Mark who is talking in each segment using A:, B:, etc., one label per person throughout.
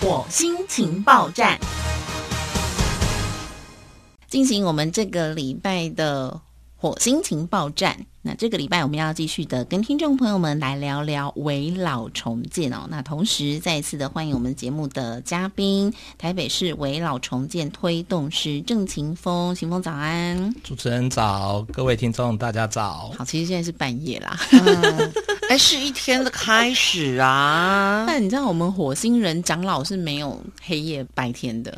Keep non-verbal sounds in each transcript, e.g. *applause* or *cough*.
A: 火星情报站，进行我们这个礼拜的火星情报站。那这个礼拜我们要继续的跟听众朋友们来聊聊围老重建哦。那同时再一次的欢迎我们节目的嘉宾，台北市围老重建推动师郑晴峰，晴峰早安。
B: 主持人早，各位听众大家早。
A: 好，其实现在是半夜啦。
C: 哎，是一天的开始啊！
A: 但嗯你知道我们火星人长老是没有黑夜白天的，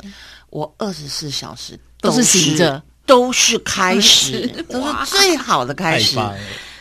C: 我二十四小时
A: 都是醒着，
C: 都是开始， *laughs* 都是最好的开
B: 太
C: 始。
B: 棒了！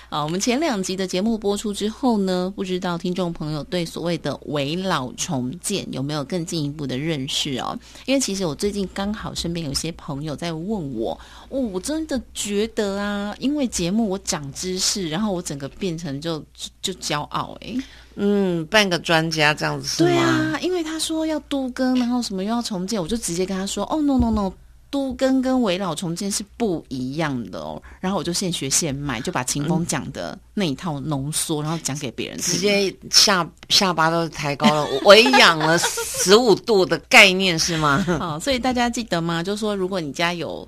A: 啊，我们前两集的节目播出之后呢，不知道听众朋友对所谓的围老重建有没有更进一步的认识哦？因为其实我最近刚好身边有些朋友在问我，哦，我真的觉得啊，因为节目我长知识，然后我整个变成就就就骄傲诶、
C: 嗯，半个专家这样子是吗？
A: 对啊，因为他说要都更，然后什么又要重建，我就直接跟他说：“哦，no no no，都更跟围绕重建是不一样的哦。”然后我就现学现卖，就把秦风讲的那一套浓缩，然后讲给别人听。*laughs*
C: 直接下下巴都抬高了，围养了十五度的概念是 *laughs* 吗？
A: 好，所以大家记得吗？就说如果你家有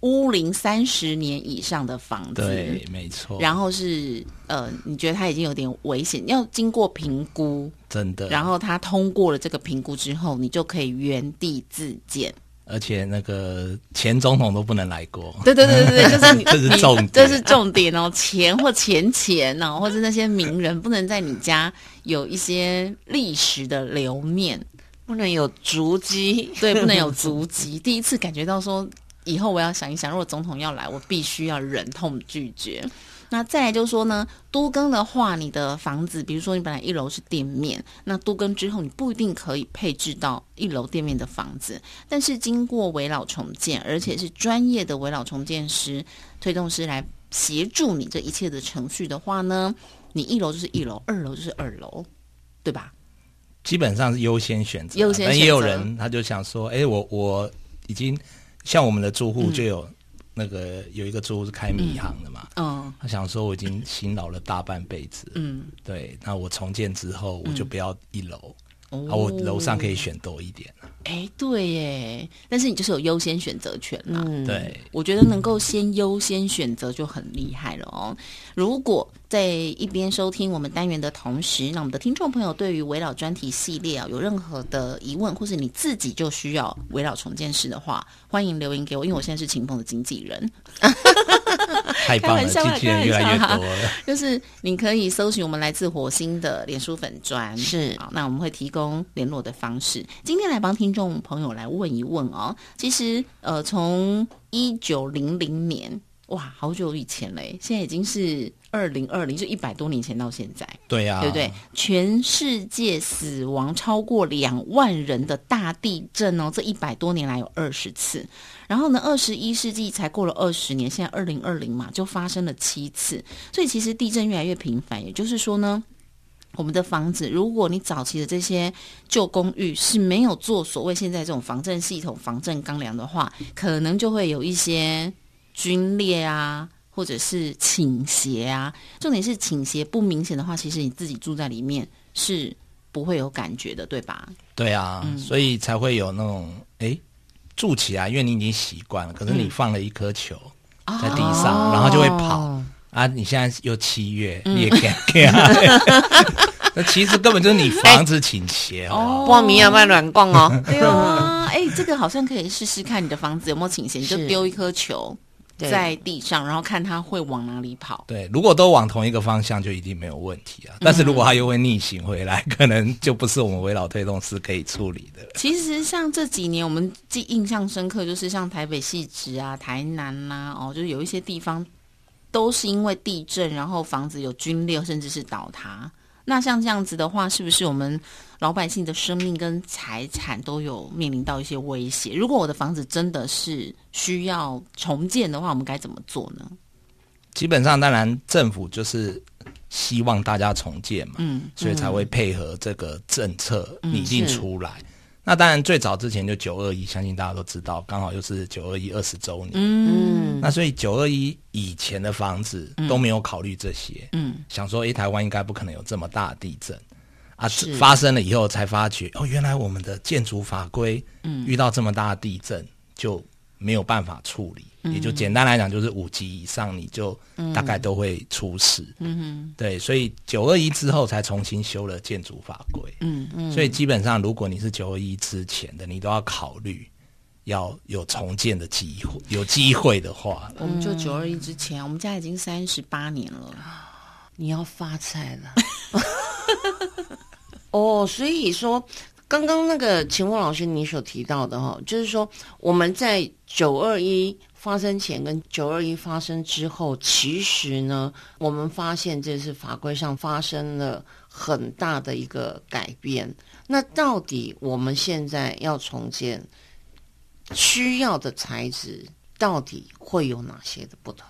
A: 屋龄三十年以上的房子，
B: 对，没错。
A: 然后是呃，你觉得它已经有点危险，要经过评估，
B: 真的，
A: 然后它通过了这个评估之后，你就可以原地自建。
B: 而且那个前总统都不能来
A: *laughs*
B: 过。
A: 对对对对对，就是 *laughs* 你，
B: 这是重点
A: 你这是重点哦，钱或钱钱哦，或者那些名人不能在你家有一些历史的留念，
C: 不能有足迹，
A: *laughs* 对，不能有足迹。第一次感觉到说，以后我要想一想，如果总统要来，我必须要忍痛拒绝。那再来就是说呢，都更的话，你的房子，比如说你本来一楼是店面，那都更之后你不一定可以配置到一楼店面的房子，但是经过围老重建，而且是专业的围老重建师、推动师来协助你这一切的程序的话呢，你一楼就是一楼，二楼就是二楼，对吧？
B: 基本上是优先选择啊，
A: 优先选择
B: 但也有人他就想说，哎，我我已经像我们的住户就有、那个有一个住户是开米行的嘛，
A: 嗯
B: 他想说我已经辛劳了大半辈子，
A: 嗯，
B: 对，那我重建之后我就不要一楼，
A: 哦
B: 啊，我楼上可以选多一点，
A: 哎，对耶，但是你就是有优先选择权啦。
C: 嗯，
B: 对，
A: 我觉得能够先优先选择就很厉害了哦。如果在一边收听我们单元的同时，那我们的听众朋友对于围绕专题系列啊有任何的疑问，或是你自己就需要围绕重建师的话，欢迎留言给我，因为我现在是秦风的经纪人。
B: 太棒了，
A: 开玩笑啦啊
B: 机器人越来
A: 开
B: 越
A: 玩笑啦
B: 多了，
A: 就是你可以搜寻我们来自火星的脸书粉砖，
C: 是
A: 好，那我们会提供联络的方式。今天来帮听众朋友来问一问哦，其实呃，从一九零零年，哇，好久以前嘞，现在已经是二零二零，就一百多年前到现在，
B: 对啊，
A: 对不对？全世界死亡超过两万人的大地震哦，这一百多年来有二十次。然后呢，二十一世纪才过了二十年，现在二零二零嘛，就发生了七次。所以其实地震越来越频繁，也就是说呢。我们的房子，如果你早期的这些旧公寓是没有做所谓现在这种防震系统、防震钢梁的话，可能就会有一些皲裂啊，或者是倾斜啊。重点是倾斜不明显的话，其实你自己住在里面是不会有感觉的，对吧？
B: 对啊，
A: 嗯
B: 所以才会有那种哎住起来，因为你已经习惯了，可是你放了一颗球
A: 嗯
B: 在
A: 啊
B: 地上，然后就会跑
C: 哦
B: 啊。你现在又七月，
A: 嗯
B: 你也
A: *laughs*
B: 看看，啊 *laughs* 那其实根本就是你房子倾斜
A: 哎
B: 哦。
C: 报名要卖软逛 *laughs* 哦，
A: 对啊，哎、这个好像可以试试看，你的房子有没有倾斜，你就是丢一颗球
C: 对
A: 在地上，然后看它会往哪里跑。
B: 对，如果都往同一个方向，就一定没有问题
A: 嗯
B: 啊。但是如果它又会逆行回来，可能就不是我们围绕推动师可以处理的。
A: 其实像这几年，我们记印象深刻，就是像台北戏职啊、台南呐、哦，就是有一些地方都是因为地震，然后房子有皲裂，甚至是倒塌。那像这样子的话，是不是我们老百姓的生命跟财产都有面临到一些威胁？如果我的房子真的是需要重建的话，我们该怎么做呢？
B: 基本上，当然政府就是希望大家重建嘛，
A: 嗯
B: 所以才会配合这个政策拟定
C: 嗯是
B: 出来。那当然，最早之前就九二一，相信大家都知道，刚好又是九二一二十周年。
C: 嗯，
B: 那所以九二一以前的房子都没有考虑这些，
A: 嗯
B: 想说，诶，台湾应该不可能有这么大的地震啊
A: 是，
B: 发生了以后才发觉，哦，原来我们的建筑法规，嗯，遇到这么大的地震就没有办法处理，也就简单来讲，就是五级以上你就大概都会出事，嗯对，所以九二一之后才重新修了建筑法规，嗯嗯，所以基本上如果你是九二一之前的，你都要考虑要有重建的机会，有机会的话，
A: 我们就九二一之前，我们家已经三十八年了。
C: 你要发财了。 *laughs* 哦，所以说刚刚那个秦风老师你所提到的哈、就是说我们在九二一发生前跟九二一发生之后，其实呢，我们发现这次法规上发生了很大的一个改变。那到底我们现在要重建需要的材质，到底会有哪些的不同？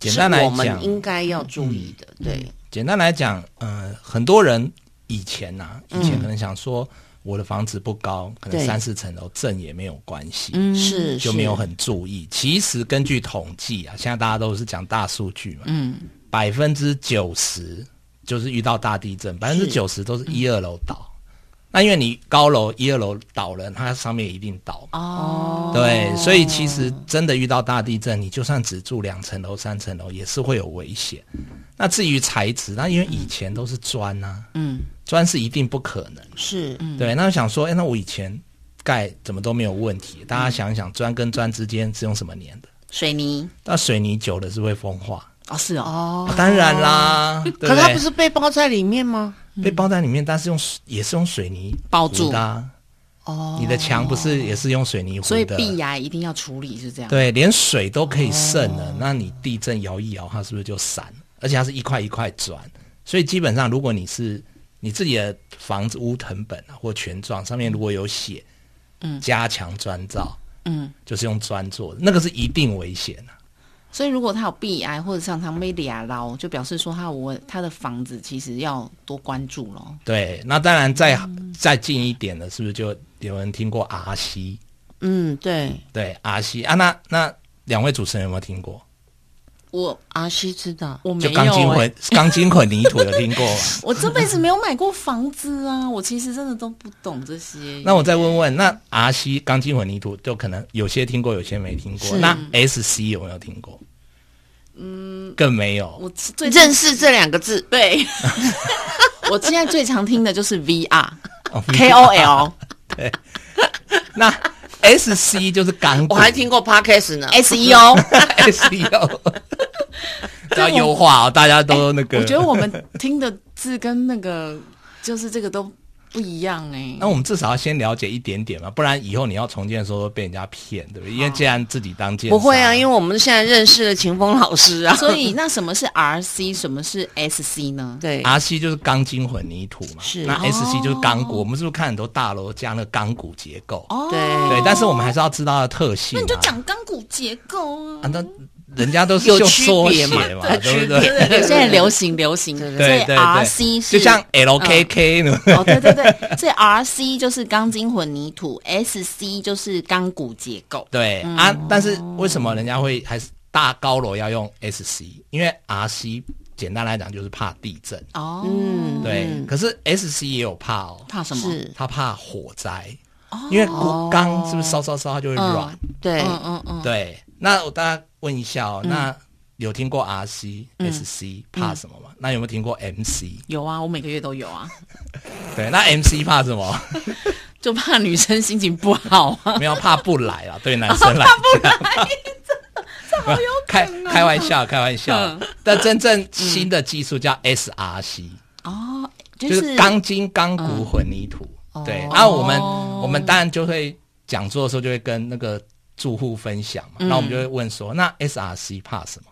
B: 简单来
C: 是
B: 讲，嗯
C: 我们应该要注意的，对。
B: 简单来讲，呃，很多人以前呐、以前可能想说，我的房子不高，可能
C: 对
B: 三四层楼震也没有关系，
A: 嗯
C: 是
B: 就没有很注意。其实根据统计啊，现在大家都是讲大数据嘛，嗯，百分之九十就是遇到大地震，百分之九十都是一二楼倒。那因为你高楼一二楼倒了，它上面一定倒嘛。
A: 哦，
B: 对，所以其实真的遇到大地震，你就算只住两层楼、三层楼，也是会有危险。那至于材质，那因为以前都是砖啊，
A: 嗯，
B: 砖是一定不可能。
C: 是，
B: 对，那我想说，哎，那我以前盖怎么都没有问题？大家想一想，砖跟砖之间是用什么粘的？
A: 水泥
B: 那水泥久了是会风化，啊
A: 哦，是哦，
C: 哦，
B: 当然啦，对
C: 可它
B: 对
C: 不是被包在里面吗？
B: 被包在里面，但是用水也是用水泥
A: 包住
B: 糊的啊
C: 哦，
B: 你的墙不是也是用水泥糊的？
A: 所以壁癌一定要处理，是这样。
B: 对，连水都可以渗
A: 哦
B: 了，那你地震摇一摇，它是不是就散了？而且它是一块一块砖，所以基本上如果你是你自己的房子屋藤本啊或全幢上面如果有写，嗯，加强砖造，
A: 嗯，
B: 就是用砖做的，那个是一定危险的、
A: 所以如果他有壁癌或者像他没俩捞，就表示说他我他的房子其实要多关注咯。
B: 对，那当然再、再近一点的，是不是就有人听过阿西？
C: 嗯，对，
B: 对，阿西啊，那那两位主持人有没有听过？
A: 我
C: 阿西知道，
A: 我没
B: 就
A: 有、
B: 钢筋
A: 欸，
B: 混钢筋混凝土有听过
A: *laughs*
B: 吗？
A: 我这辈子没有买过房子啊， *laughs* 我其实真的都不懂这些。
B: 那我再问问，那 R C 钢筋混凝土就可能有些听过，有些没听过。
C: 是
B: 那 S C 有没有听过？嗯，更没有。
A: 我最
C: 认识这两个字，
A: 对， *laughs* 我现在最常听的就是
B: *laughs*
A: VR
B: 哦
A: KOL
B: *laughs* 那 S C 就是钢骨，
C: 我还听过 podcast 呢。
A: E SEO。
B: *laughs* S C
C: *laughs*
B: 哦，要优化哦，大家
C: 哎
B: 都那个。
A: 我觉得我们听的字跟那个就是这个都不一样
B: *laughs*
A: 哎、
B: 那我们至少要先了解一点点嘛，不然以后你要重建的时候会被人家骗，对不对？因为既然自己当建，
C: 哦不会啊，因
B: 为
C: 为我们现在认识了秦风老师 *laughs* 啊。
A: 所以那什么是 RC，什么是 SC 呢？
C: 对，
B: R C 就是钢筋混凝土嘛，
C: 是
B: 那 S C 就是钢骨。
A: 哦
B: 我们是不是看很多大楼加那个钢骨结构？
A: 哦，
C: 对
B: 对，但是我们还是要知道它的特性、
A: 那
B: 啊。
A: 你就讲钢骨结构
B: 啊，
A: 啊。
B: 那人家都是
C: 有
B: 就
C: 区
B: 缩
C: 别
B: 写
C: 嘛
B: 嘛，
C: 对
B: 对
C: 区
B: 不对？
A: 对对，现在流行流行，
C: 对
A: 所
C: 对
A: 以
B: 对对
A: RC
B: 对，
A: 是
B: 就像 LKK
C: 嗯
B: 呢， *laughs*
A: 哦，对对对，所以 RC 就是钢筋混凝土，SC 就是钢骨结构。
B: 对啊。
C: 哦
B: 但是为什么人家会还是大高楼要用 SC？因为 RC 简单来讲就是怕地震，
A: 哦，
C: 嗯，
B: 对。可是 SC 也有怕哦，
A: 怕什么？
C: 是，
B: 它怕火灾，
C: 哦
B: 因为锅钢是不是烧烧烧它就会软？
C: 对，
A: 嗯嗯嗯，
B: 对。那我大家问一下
C: 嗯
B: 哦，那有听过 RC、SC 怕什么吗？那有没有听过 MC？
A: 有啊，我每个月都有啊， *laughs*
B: 对，那 MC 怕什么？ *laughs*
A: 就怕女生心情不好啊。
B: 没有怕不来啊，对男
A: 哦
B: 生来讲，不来，开
A: 啊
B: 开玩笑，开玩
A: 嗯
B: 笑。但真正新的技术叫 SRC，
A: 哦，就
B: 就是
A: 是嗯
B: 钢啊筋钢骨混凝土。对，然后我们
A: 哦
B: 我们当然就会讲座的时候就会跟那个住户分享嘛，
A: 嗯
B: 那我们就会问说，那 SRC 怕什么？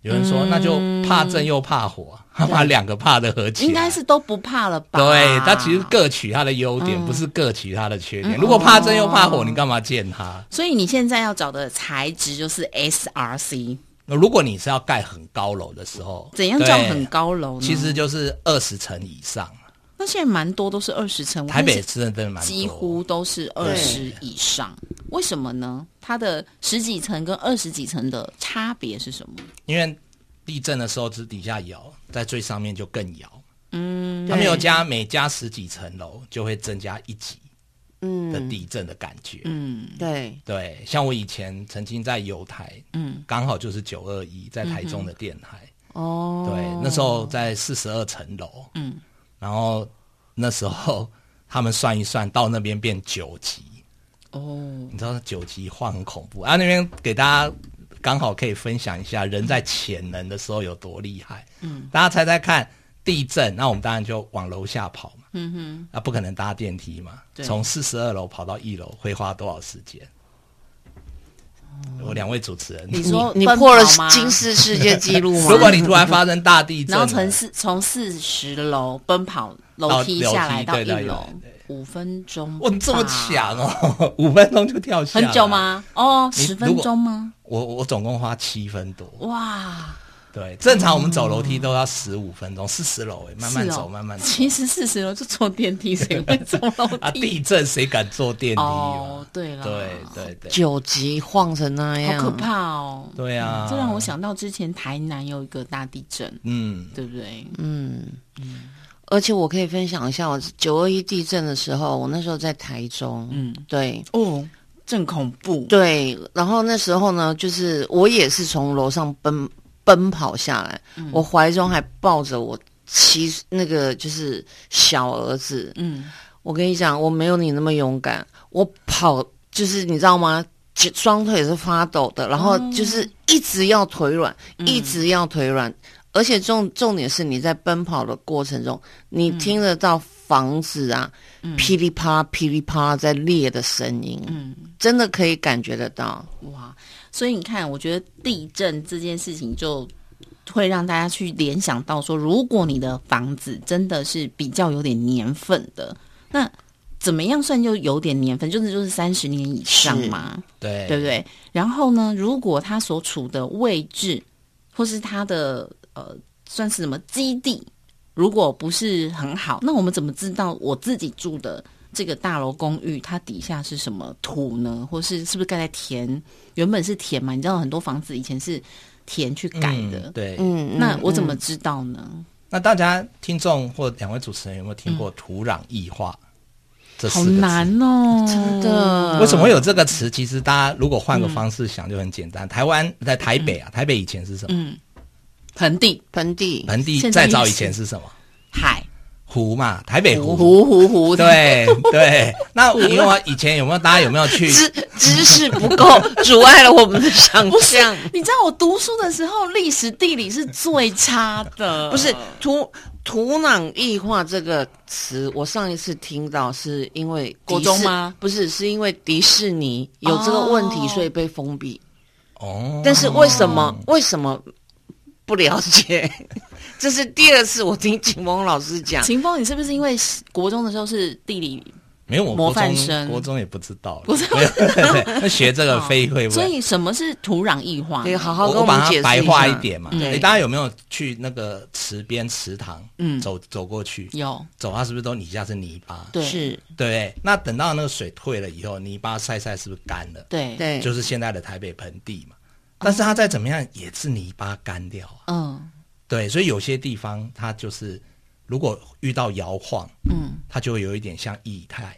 B: 有人
A: 嗯
B: 说，那就怕震又怕火，他把两个怕的合起来，
A: 应该是都不怕了吧？
B: 对，它其实各取它的优
A: 嗯
B: 点，不是各取它的缺点。如果怕真又怕火，你干嘛见它？
A: 所以你现在要找的材质就是 SRC，
B: 那如果你是要盖很高楼的时候，
A: 怎样叫
B: 对
A: 很？高楼呢？
B: 其实就是二十层以上，
A: 那现在蛮多都是二十层，我
B: 台北
A: 看是
B: 市真的蛮多
A: 几乎都是二十以上，为什么呢？它的十几层跟二十几层的差别是什么？
B: 因为地震的时候只底下摇，在最上面就更摇，
A: 嗯，
B: 他们有加每加十几层楼就会增加一级的
C: 嗯，
B: 地震的感觉。
A: 嗯
C: 对，
B: 对，像我以前曾经在油台，
A: 嗯，
B: 刚好就是九二一在台中的电台，
C: 哦，
B: 对，那时候在四十二层楼，
A: 嗯，
B: 然后那时候他们算一算，到那边变九级，
A: 哦，
B: 你知道九级晃很恐怖啊。那边给大家刚好可以分享一下，人在潜能的时候有多厉害。嗯，大家猜猜看，地震，那我们当然就往楼下跑嘛。嗯哼，啊，不可能搭电梯嘛，
A: 对
B: 从四十二楼跑到一楼会花多少时间？我两位主持人，
A: 你说
C: 你
A: 奔
C: 破了
A: 跑吗
C: 金氏世界纪录吗？
B: 如果你突然发生大地震
A: 然
B: 了，
A: 后从四从四十楼奔跑楼
B: 到
A: 梯
B: 楼
A: 下
B: 梯
A: 来到
B: 对
A: 一
B: 对对
A: 楼
B: 对，
A: 五分钟。
B: *laughs* 哇，你这么？强哦，五分钟就跳下，
A: 很久？吗？哦，
B: 你
A: 十
B: 如
A: 分
B: 果
A: 钟吗？
B: 我我总共花七分多，
A: 哇，
B: 对，正常我们走楼梯都要十五分钟，四十楼哎，慢慢
A: 是哦
B: 走，慢慢走。
A: 其实四十楼就坐电梯，谁
B: *laughs*
A: 会坐楼
B: 啊，
A: 梯？
B: 地震谁敢坐电梯嘛？
A: 哦，对了，
B: 啊对对对
C: 九级晃成那样，
A: 好可！怕哦！
B: 对啊！
A: 这让我，想到之前台南有一个大地震，
B: 嗯，
A: 对不对？
C: 嗯而且我可以分享一下，我九二一地震的时候，我那时候在台中，嗯，对
A: 哦，正恐怖。
C: 对，然后那时候呢，就是我也是从楼上奔奔跑下来，我怀中还抱着我七那个就是小儿子，
A: 嗯，
C: 我跟你讲，我没有你那么勇敢，我跑就是你知道吗？就双腿是发抖的，然后就是一直要腿软，一直要腿软，而且重重点是你在奔跑的过程中，你听得到房子啊、噼里啪啦、噼里啪啦在裂的声音，嗯，真的可以感觉得到。
A: 嗯哇！所以你看，我觉得地震这件事情就会让大家去联想到说，如果你的房子真的是比较有点年份的，那怎么样算就有点年份？就是就是三十年以上嘛，
B: 对
A: 对不对？然后呢，如果它所处的位置或是它的呃，算是什么基地，如果不是很好，那我们怎么知道我自己住的这个大楼公寓它底下是什么土呢？或是是不是盖在田？原本是田嘛，你知道很多房子以前是田去改的，
B: 嗯对。
C: 嗯，
A: 那
C: 嗯
A: 我怎么
C: 嗯
A: 知道呢？
B: 那大家听众或两位主持人有没有听过“土壤异化”这
A: 嗯好
B: 四个
A: 难
B: 字？
A: 哦，
C: 真。的？
B: 为什么会有这个词？其实大家如果换个方式想，就很简单。台湾在台北啊，台北以前是什么？
A: 嗯，盆地、
C: 盆地？
B: 盆地
A: 现在
B: 再早
A: 也
B: 以
A: 是
B: 前是什么？
A: 海、
B: 湖嘛，台北湖。 *laughs*
A: 湖湖湖，
B: 对对，那你有没有以前有没有大家有没有去？
C: 知知识不够，阻碍了我们的想象。
A: *laughs* 你知道我读书的时候，历史地理是最差
C: *laughs*
A: 的，
C: 不是土土壤异化这个词，我上一次听到是因为迪士
A: 国中吗？
C: 不是，是因为迪士尼有这个问题，
A: 哦
C: 所以被封闭。
B: 哦，
C: 但是为什么？为什么不了解？ *laughs* 这是第二次我听景峰老师讲，
A: 秦风，你是不是因为国中的时候是地理，
B: 没有，我
A: 模
B: 国
A: 范
B: 中
A: 生
B: 国中也不知道，
A: 国中
B: 没有 *laughs* 对那学这个非会不
A: 所
B: 会？
A: 以什么是土壤异化？
C: 对，好好
B: 我
C: 跟
B: 我
C: 们
B: 把
C: 解释
B: 它白
C: 下
B: 话一点嘛。
C: 对
B: 诶大家有没有去那个池边池塘？
A: 嗯
B: 走走过去，
A: 有
B: 走它是不是都底下是泥巴？
A: 对
C: 是，
B: 对不对，那等到那个水退了以后，泥巴晒晒是不是干了？
A: 对，
C: 对，
B: 就是现在的台北盆地嘛。但是它再怎么样也是泥巴干掉啊。
A: 嗯
B: 对，所以有些地方它就是如果遇到摇晃，
A: 嗯，
B: 它就会有一点像液态。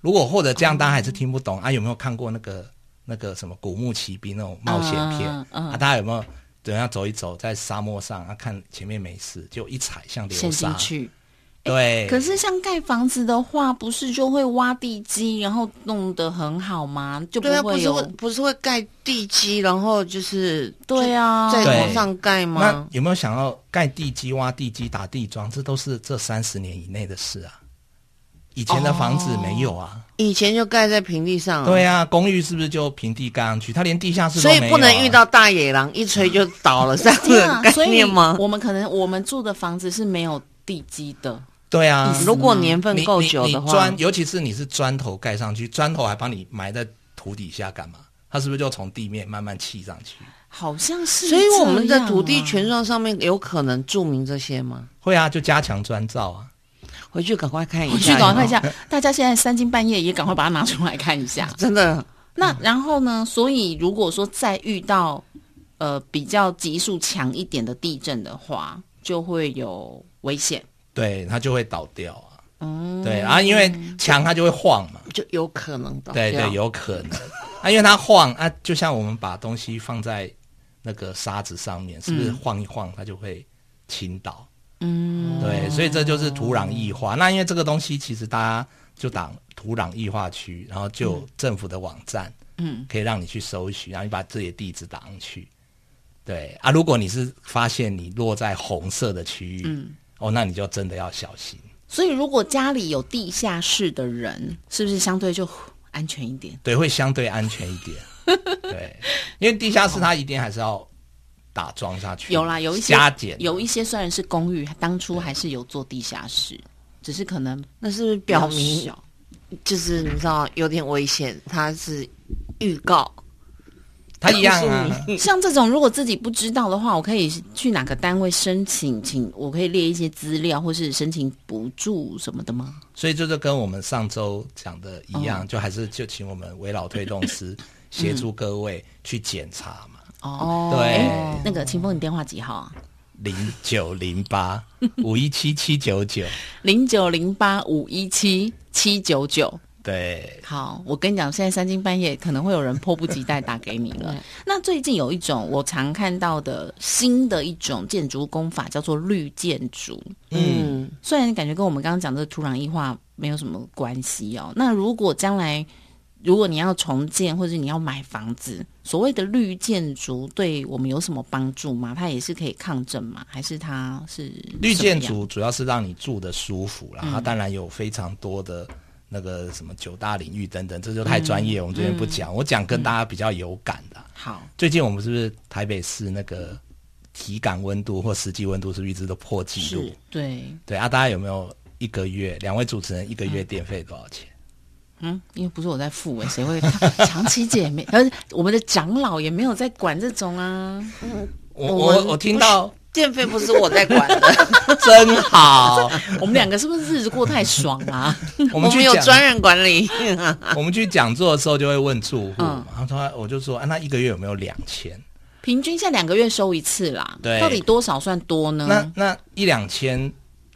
B: 如果或者这
A: 哦
B: 样，大家还是听不懂、啊？有没有看过那个那个什么古墓奇兵那种冒险片、
A: 嗯嗯嗯
B: 啊？大家有没有等一下走一走，在沙漠上啊，看前面没事，就一踩像流
A: 陷进
B: 沙，
A: 去。
B: 对。
A: 可是像盖房子的话，不是就会挖地基，然后弄得很好吗？就不
C: 对啊，不
A: 会
C: 是
A: 有
C: 会
A: *laughs*
C: 不是会盖地基，然后就是
A: 对啊，
C: 在
B: 对
C: 头上盖
B: 那
C: 吗？
B: 有没有想要盖地基、挖地基、打地桩？这都是这三十年以内的事啊。以前的房子没有啊，
C: 以前就盖在平地
A: 哦
C: 上啊，
B: 对啊，公寓是不是就平地盖上去？它连地下室都
C: 所
B: 没有
C: 以
B: 啊、
C: 不能遇到大野狼一吹就倒了这样
A: 天
C: 的
A: 啊！
C: 概
A: 所以
C: 念吗？
A: 我们可能我们住的房子是没有地基的，
B: 对啊，
C: 如果年份
B: 你
C: 够久的
B: 你你
C: 话
B: 砖，，尤其是你是砖头盖上去，砖头还帮你埋在土底下干嘛？它是不是就从地面慢慢砌上去？
A: 好像是这
C: 所
A: 样
C: 以
A: 啊。
C: 我们的土地权状上面有可能注明这些吗？
B: 会啊，就加强砖造啊。
C: 回去赶快看一下，
A: 我去赶快看一下，大家现在三更半夜也赶快把它拿出来看一下
C: *laughs* 有没有，。真的
A: 那然后呢？所以如果说再遇到呃比较级数强一点的地震的话，就会有危险。
B: 对，它就会倒掉啊。
C: 嗯
B: 对，然后因为墙它就会晃嘛，
C: 就有可能的。
B: 对对，有可能。啊，因为它晃啊，就像我们把东西放在那个沙子上面，是不是晃一晃它就会倾倒？
A: 嗯，
B: 对，所以这就是土壤异化。那因为这个东西其实大家就打土壤异化区，然后就有政府的网站，
A: 嗯，
B: 可以让你去搜寻，然后你把自己的地址打上去。对啊，如果你是发现你落在红色的区域，
A: 嗯
B: 哦，那你就真的要小心。
A: 所以如果家里有地下室的人，是不是相对就安全一点？
B: 对，会相对安全一点。对，因为地下室它一定还是要打桩下去，
A: 有啦，有一些
B: 加减，啊
A: 有一些虽然是公寓，当初还是有做地下室，只是可能
C: 那是不是
A: 比较
C: 表明
A: 小
C: 就是你知道有点危险？它是预告，
B: 它一样啊。
A: 像这种，如果自己不知道的话，我可以去哪个单位申请？请我可以列一些资料，或是申请补助什么的吗？
B: *laughs* 所以这就跟我们上周讲的一
A: 哦
B: 样，就还是就请我们围老推动师
A: 嗯
B: 协助各位去检查嘛。
A: 哦，
B: 对，
A: 那个秦风，你电话几号啊？
B: 零九零八五一七七九九，
A: 零九零八五一七七九九。
B: 对，
A: 好，我跟你讲，现在三更半夜可能会有人迫不及待打给你 *laughs* 了
C: 对。
A: 那最近有一种我常看到的新的一种建筑工法，叫做绿建筑。
C: 嗯，
A: 虽然感觉跟我们刚刚讲的土壤异化没有什么关系哦。那如果将来如果你要重建或者你要买房子，所谓的绿建筑对我们有什么帮助吗？它也是可以抗震吗？还是它是
B: 绿建
A: 什么样？嗯
B: 筑主要是让你住的舒服啦，它当然有非常多的。那个什么九大领域等等，这
A: 嗯
B: 就太专业，我们这边不讲。我讲跟大家比较有感的啊、
A: 好，
B: 最近我们是不是台北市那个体感温度或实际温度是不是一直都破纪录
A: 是？对，
B: 对啊，大家有没有一个月？两位主持人一个月电费多少钱？
A: 嗯，因为不是我在付哎，谁会 *laughs* 长期姐妹？而且我们的长老也没有在管这种啊，
B: 我
C: 我
B: 我我听到
C: 电费不是我在管的，
B: 真
C: *laughs*
B: 好，
A: 我们两个是不是日子过太爽啊啦、
B: *laughs* 我
C: 我
B: 们
C: 们
B: 去
C: 有
B: 讲
C: 专人管理。
B: 我们去讲座的时候就会问住户
A: 嗯，
B: 嘛然后他我就说啊，那一个月有没有两千？
A: *laughs* 平均现在两个月收一次啦，
B: 对
A: 到底多少算多
C: 嗯
A: 呢？
B: 那那一两千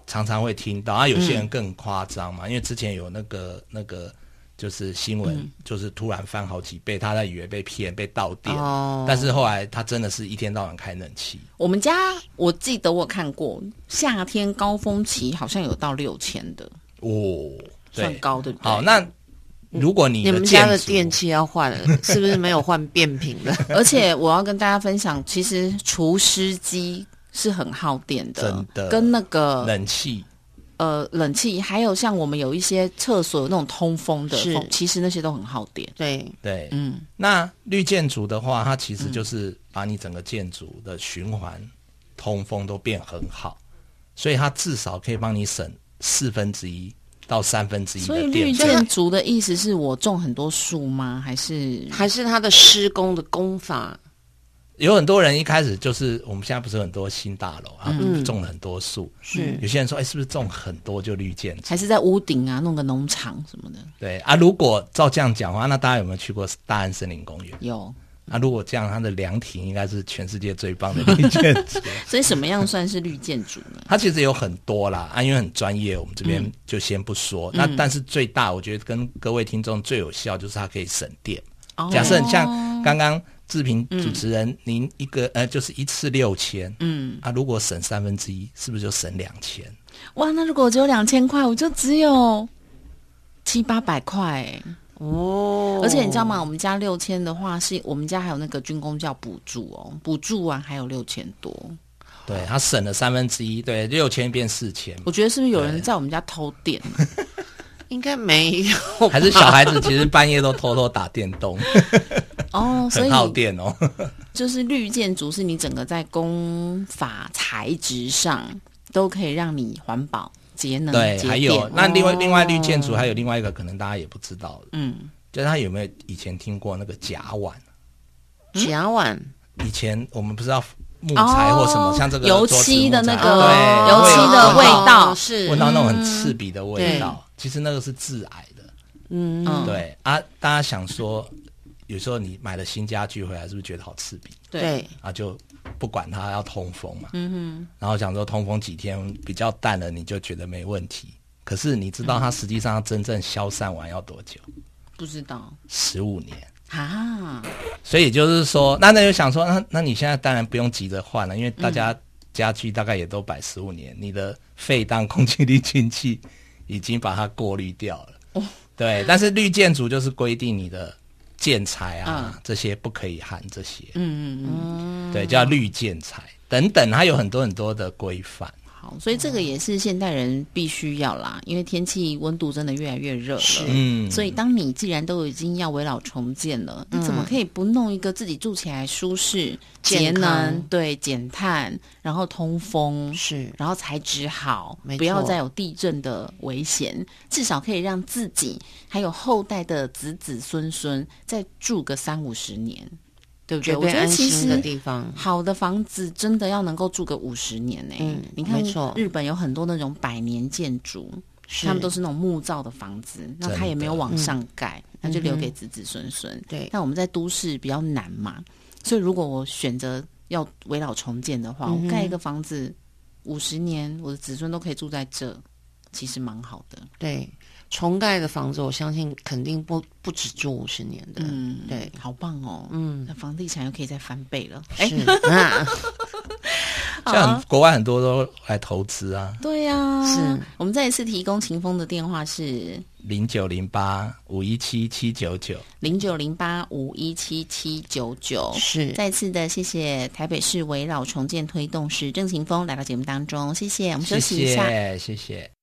B: 常常会听到啊，有些
C: 嗯
B: 人更夸张嘛，因为之前有那个那个就是新闻，
C: 嗯
B: 就是突然翻好几倍，他在以为被骗被盗电，
C: 哦
B: 但是后来他真的是一天到晚开冷气，
A: 我们家我记得我看过，夏天高峰期好像有到六千的，
B: 哦，
A: 算
B: 对，
A: 高对不对？
B: 好，那如果你
C: 你们
B: 建
C: 家的
B: 筑
C: 电器要换了，是不是没有换变频的？
A: 而且我要跟大家分享，其实除湿机是很耗电的，
B: 真的
A: 跟那个
B: 冷气，
A: 呃冷气，还有像我们有一些厕所有那种通风的
C: 是
A: 风，其实那些都很耗电。
C: 对，
B: 对，
A: 嗯，
B: 那绿建筑的话，它其实就是把你整个建筑的循环、通风都变很好，所以它至少可以帮你省四分之一到三分之一
A: 所以
B: 的
A: 绿
B: 电费。
A: 建筑的意思是我种很多树吗？还是
C: 还是它的施工的工法
B: 有很多人一开始就是我们现在不是有很多新大
A: 嗯
B: 楼啊，种了很多树，
C: 是
B: 有些人说，哎，是不是种很多就绿建筑？
A: 还是在屋顶啊弄个农场什么的？
B: 对啊，如果照这样讲的话，那大家有没有去过大安森林公园？
A: 有，
B: 那、如果这样，它的凉亭应该是全世界最棒的绿建筑。
A: 所以什么样算是绿建筑呢？
B: 它其实有很多啦，啊，因为很专业，我们这
A: 嗯
B: 边就先不说。那但是最大，我觉得跟各位听众最有效就是它可以省电。
A: 哦
B: *laughs* 假设像刚刚志平主持人，您一
A: 嗯
B: 个呃就是一次六千，嗯，啊，如果省三分之一，是不是就省两千？
A: 哇，那如果我只有两千块，我就只有七八百块、欸。
C: 哦
A: 而且你知道吗？我们家六千的话，是我们家还有那个军工教补助哦，补助完还有六千多。哦
B: 对，它省了三分之一，对，六千变四千，
A: 我觉得是不是有人在我们家偷
B: *laughs*
A: 电？
C: 应该没有，
B: 还是小孩子其实半夜都偷偷打电动，
A: 哦， *laughs* 所
B: 很耗
A: 以
B: 电哦。
A: 就是绿建筑是你整个在工法材质上都可以让你环保、节能、
B: 对，
A: 节
B: 还
A: 电哦
B: 有那另外另外绿建筑还有另外一个可能大家也不知道，
A: 嗯，
B: 就是他有没有以前听过那个甲碗？
C: 甲烷
B: 以前我们不知道木材或什么，像这个
A: 哦油
B: 桌子
A: 漆的
B: 木材
A: 那个
B: 啊对
A: 油漆的味
B: 道
A: 道
C: 哦是
B: 闻到那种很刺鼻的味道，其实那个是致癌的。
C: 嗯
A: 嗯
B: 对啊，大家想说，有时候你买了新家具回来，是不是觉得好刺鼻
A: 对
C: 对
B: 啊？就不管它要通风嘛，
A: 嗯
B: 然后想说通风几天比较淡了，你就觉得没问题。可是你知道它实际上真正消散完要多久？
A: 哼，不知道
B: 十五年。
A: 啊，
B: 所以也就是说，那那就想说，那那你现在当然不用急着换了，因为大
A: 嗯
B: 家家具大概也都摆十五年，你的废当空气滤清器已经把它过滤掉了。
A: 哦
B: 对，但是绿建筑就是规定你的建材啊、这些不可以含这些，
A: 嗯嗯嗯，
B: 对，叫绿建材等等，它有很多很多的规范。
A: 好，所以这个也是现代人必须要啦，因为天气温度真的越来越热了。
C: 是
B: 嗯，
A: 所以，当你既然都已经要围绕重建了，你怎么可以不弄一个自己住起来舒适、节
C: 嗯健康
A: 能、对减碳，然后通风，
C: 是
A: 然后材质好
C: 没，错
A: 不要再有地震的危险，至少可以让自己还有后代的子子孙孙再住个三五十年，对不对？
C: 绝
A: 我
C: 对
A: 觉得
C: 安
A: 其
C: 心的
A: 实
C: 地方。
A: 好的房子真的要能够住个五十年呢、欸
C: 嗯
A: 你看
C: 没错，
A: 日本有很多那种百年建筑，
C: 是
A: 他们都是那种木造的房子，那它也没有往上盖，那就留给子子孙孙。
C: 嗯对
A: 但我们在都市比较难嘛，所以如果我选择要围绕重建的话，
C: 嗯哼
A: 我盖一个房子五十年，我的子孙都可以住在这，其实蛮好的。
C: 对重盖的房子，我相信肯定不不止住五十年的。
A: 嗯，
C: 对，
A: 好棒哦。
C: 嗯，
A: 那房地产又可以再翻倍了，哎，
C: 是 *laughs* 啊，
B: 像
A: 啊
B: 国外很多都来投资啊，
A: 对呀、
C: 是
A: 我们再一次提供秦风的电话是
B: 零九零八五一七七九九，
A: 零九零八五一七七九九。
C: 是。
A: 再次的谢谢台北市围绕重建推动师郑晴峰来到节目当中，谢谢，我们休息一下。
B: 谢谢，谢谢。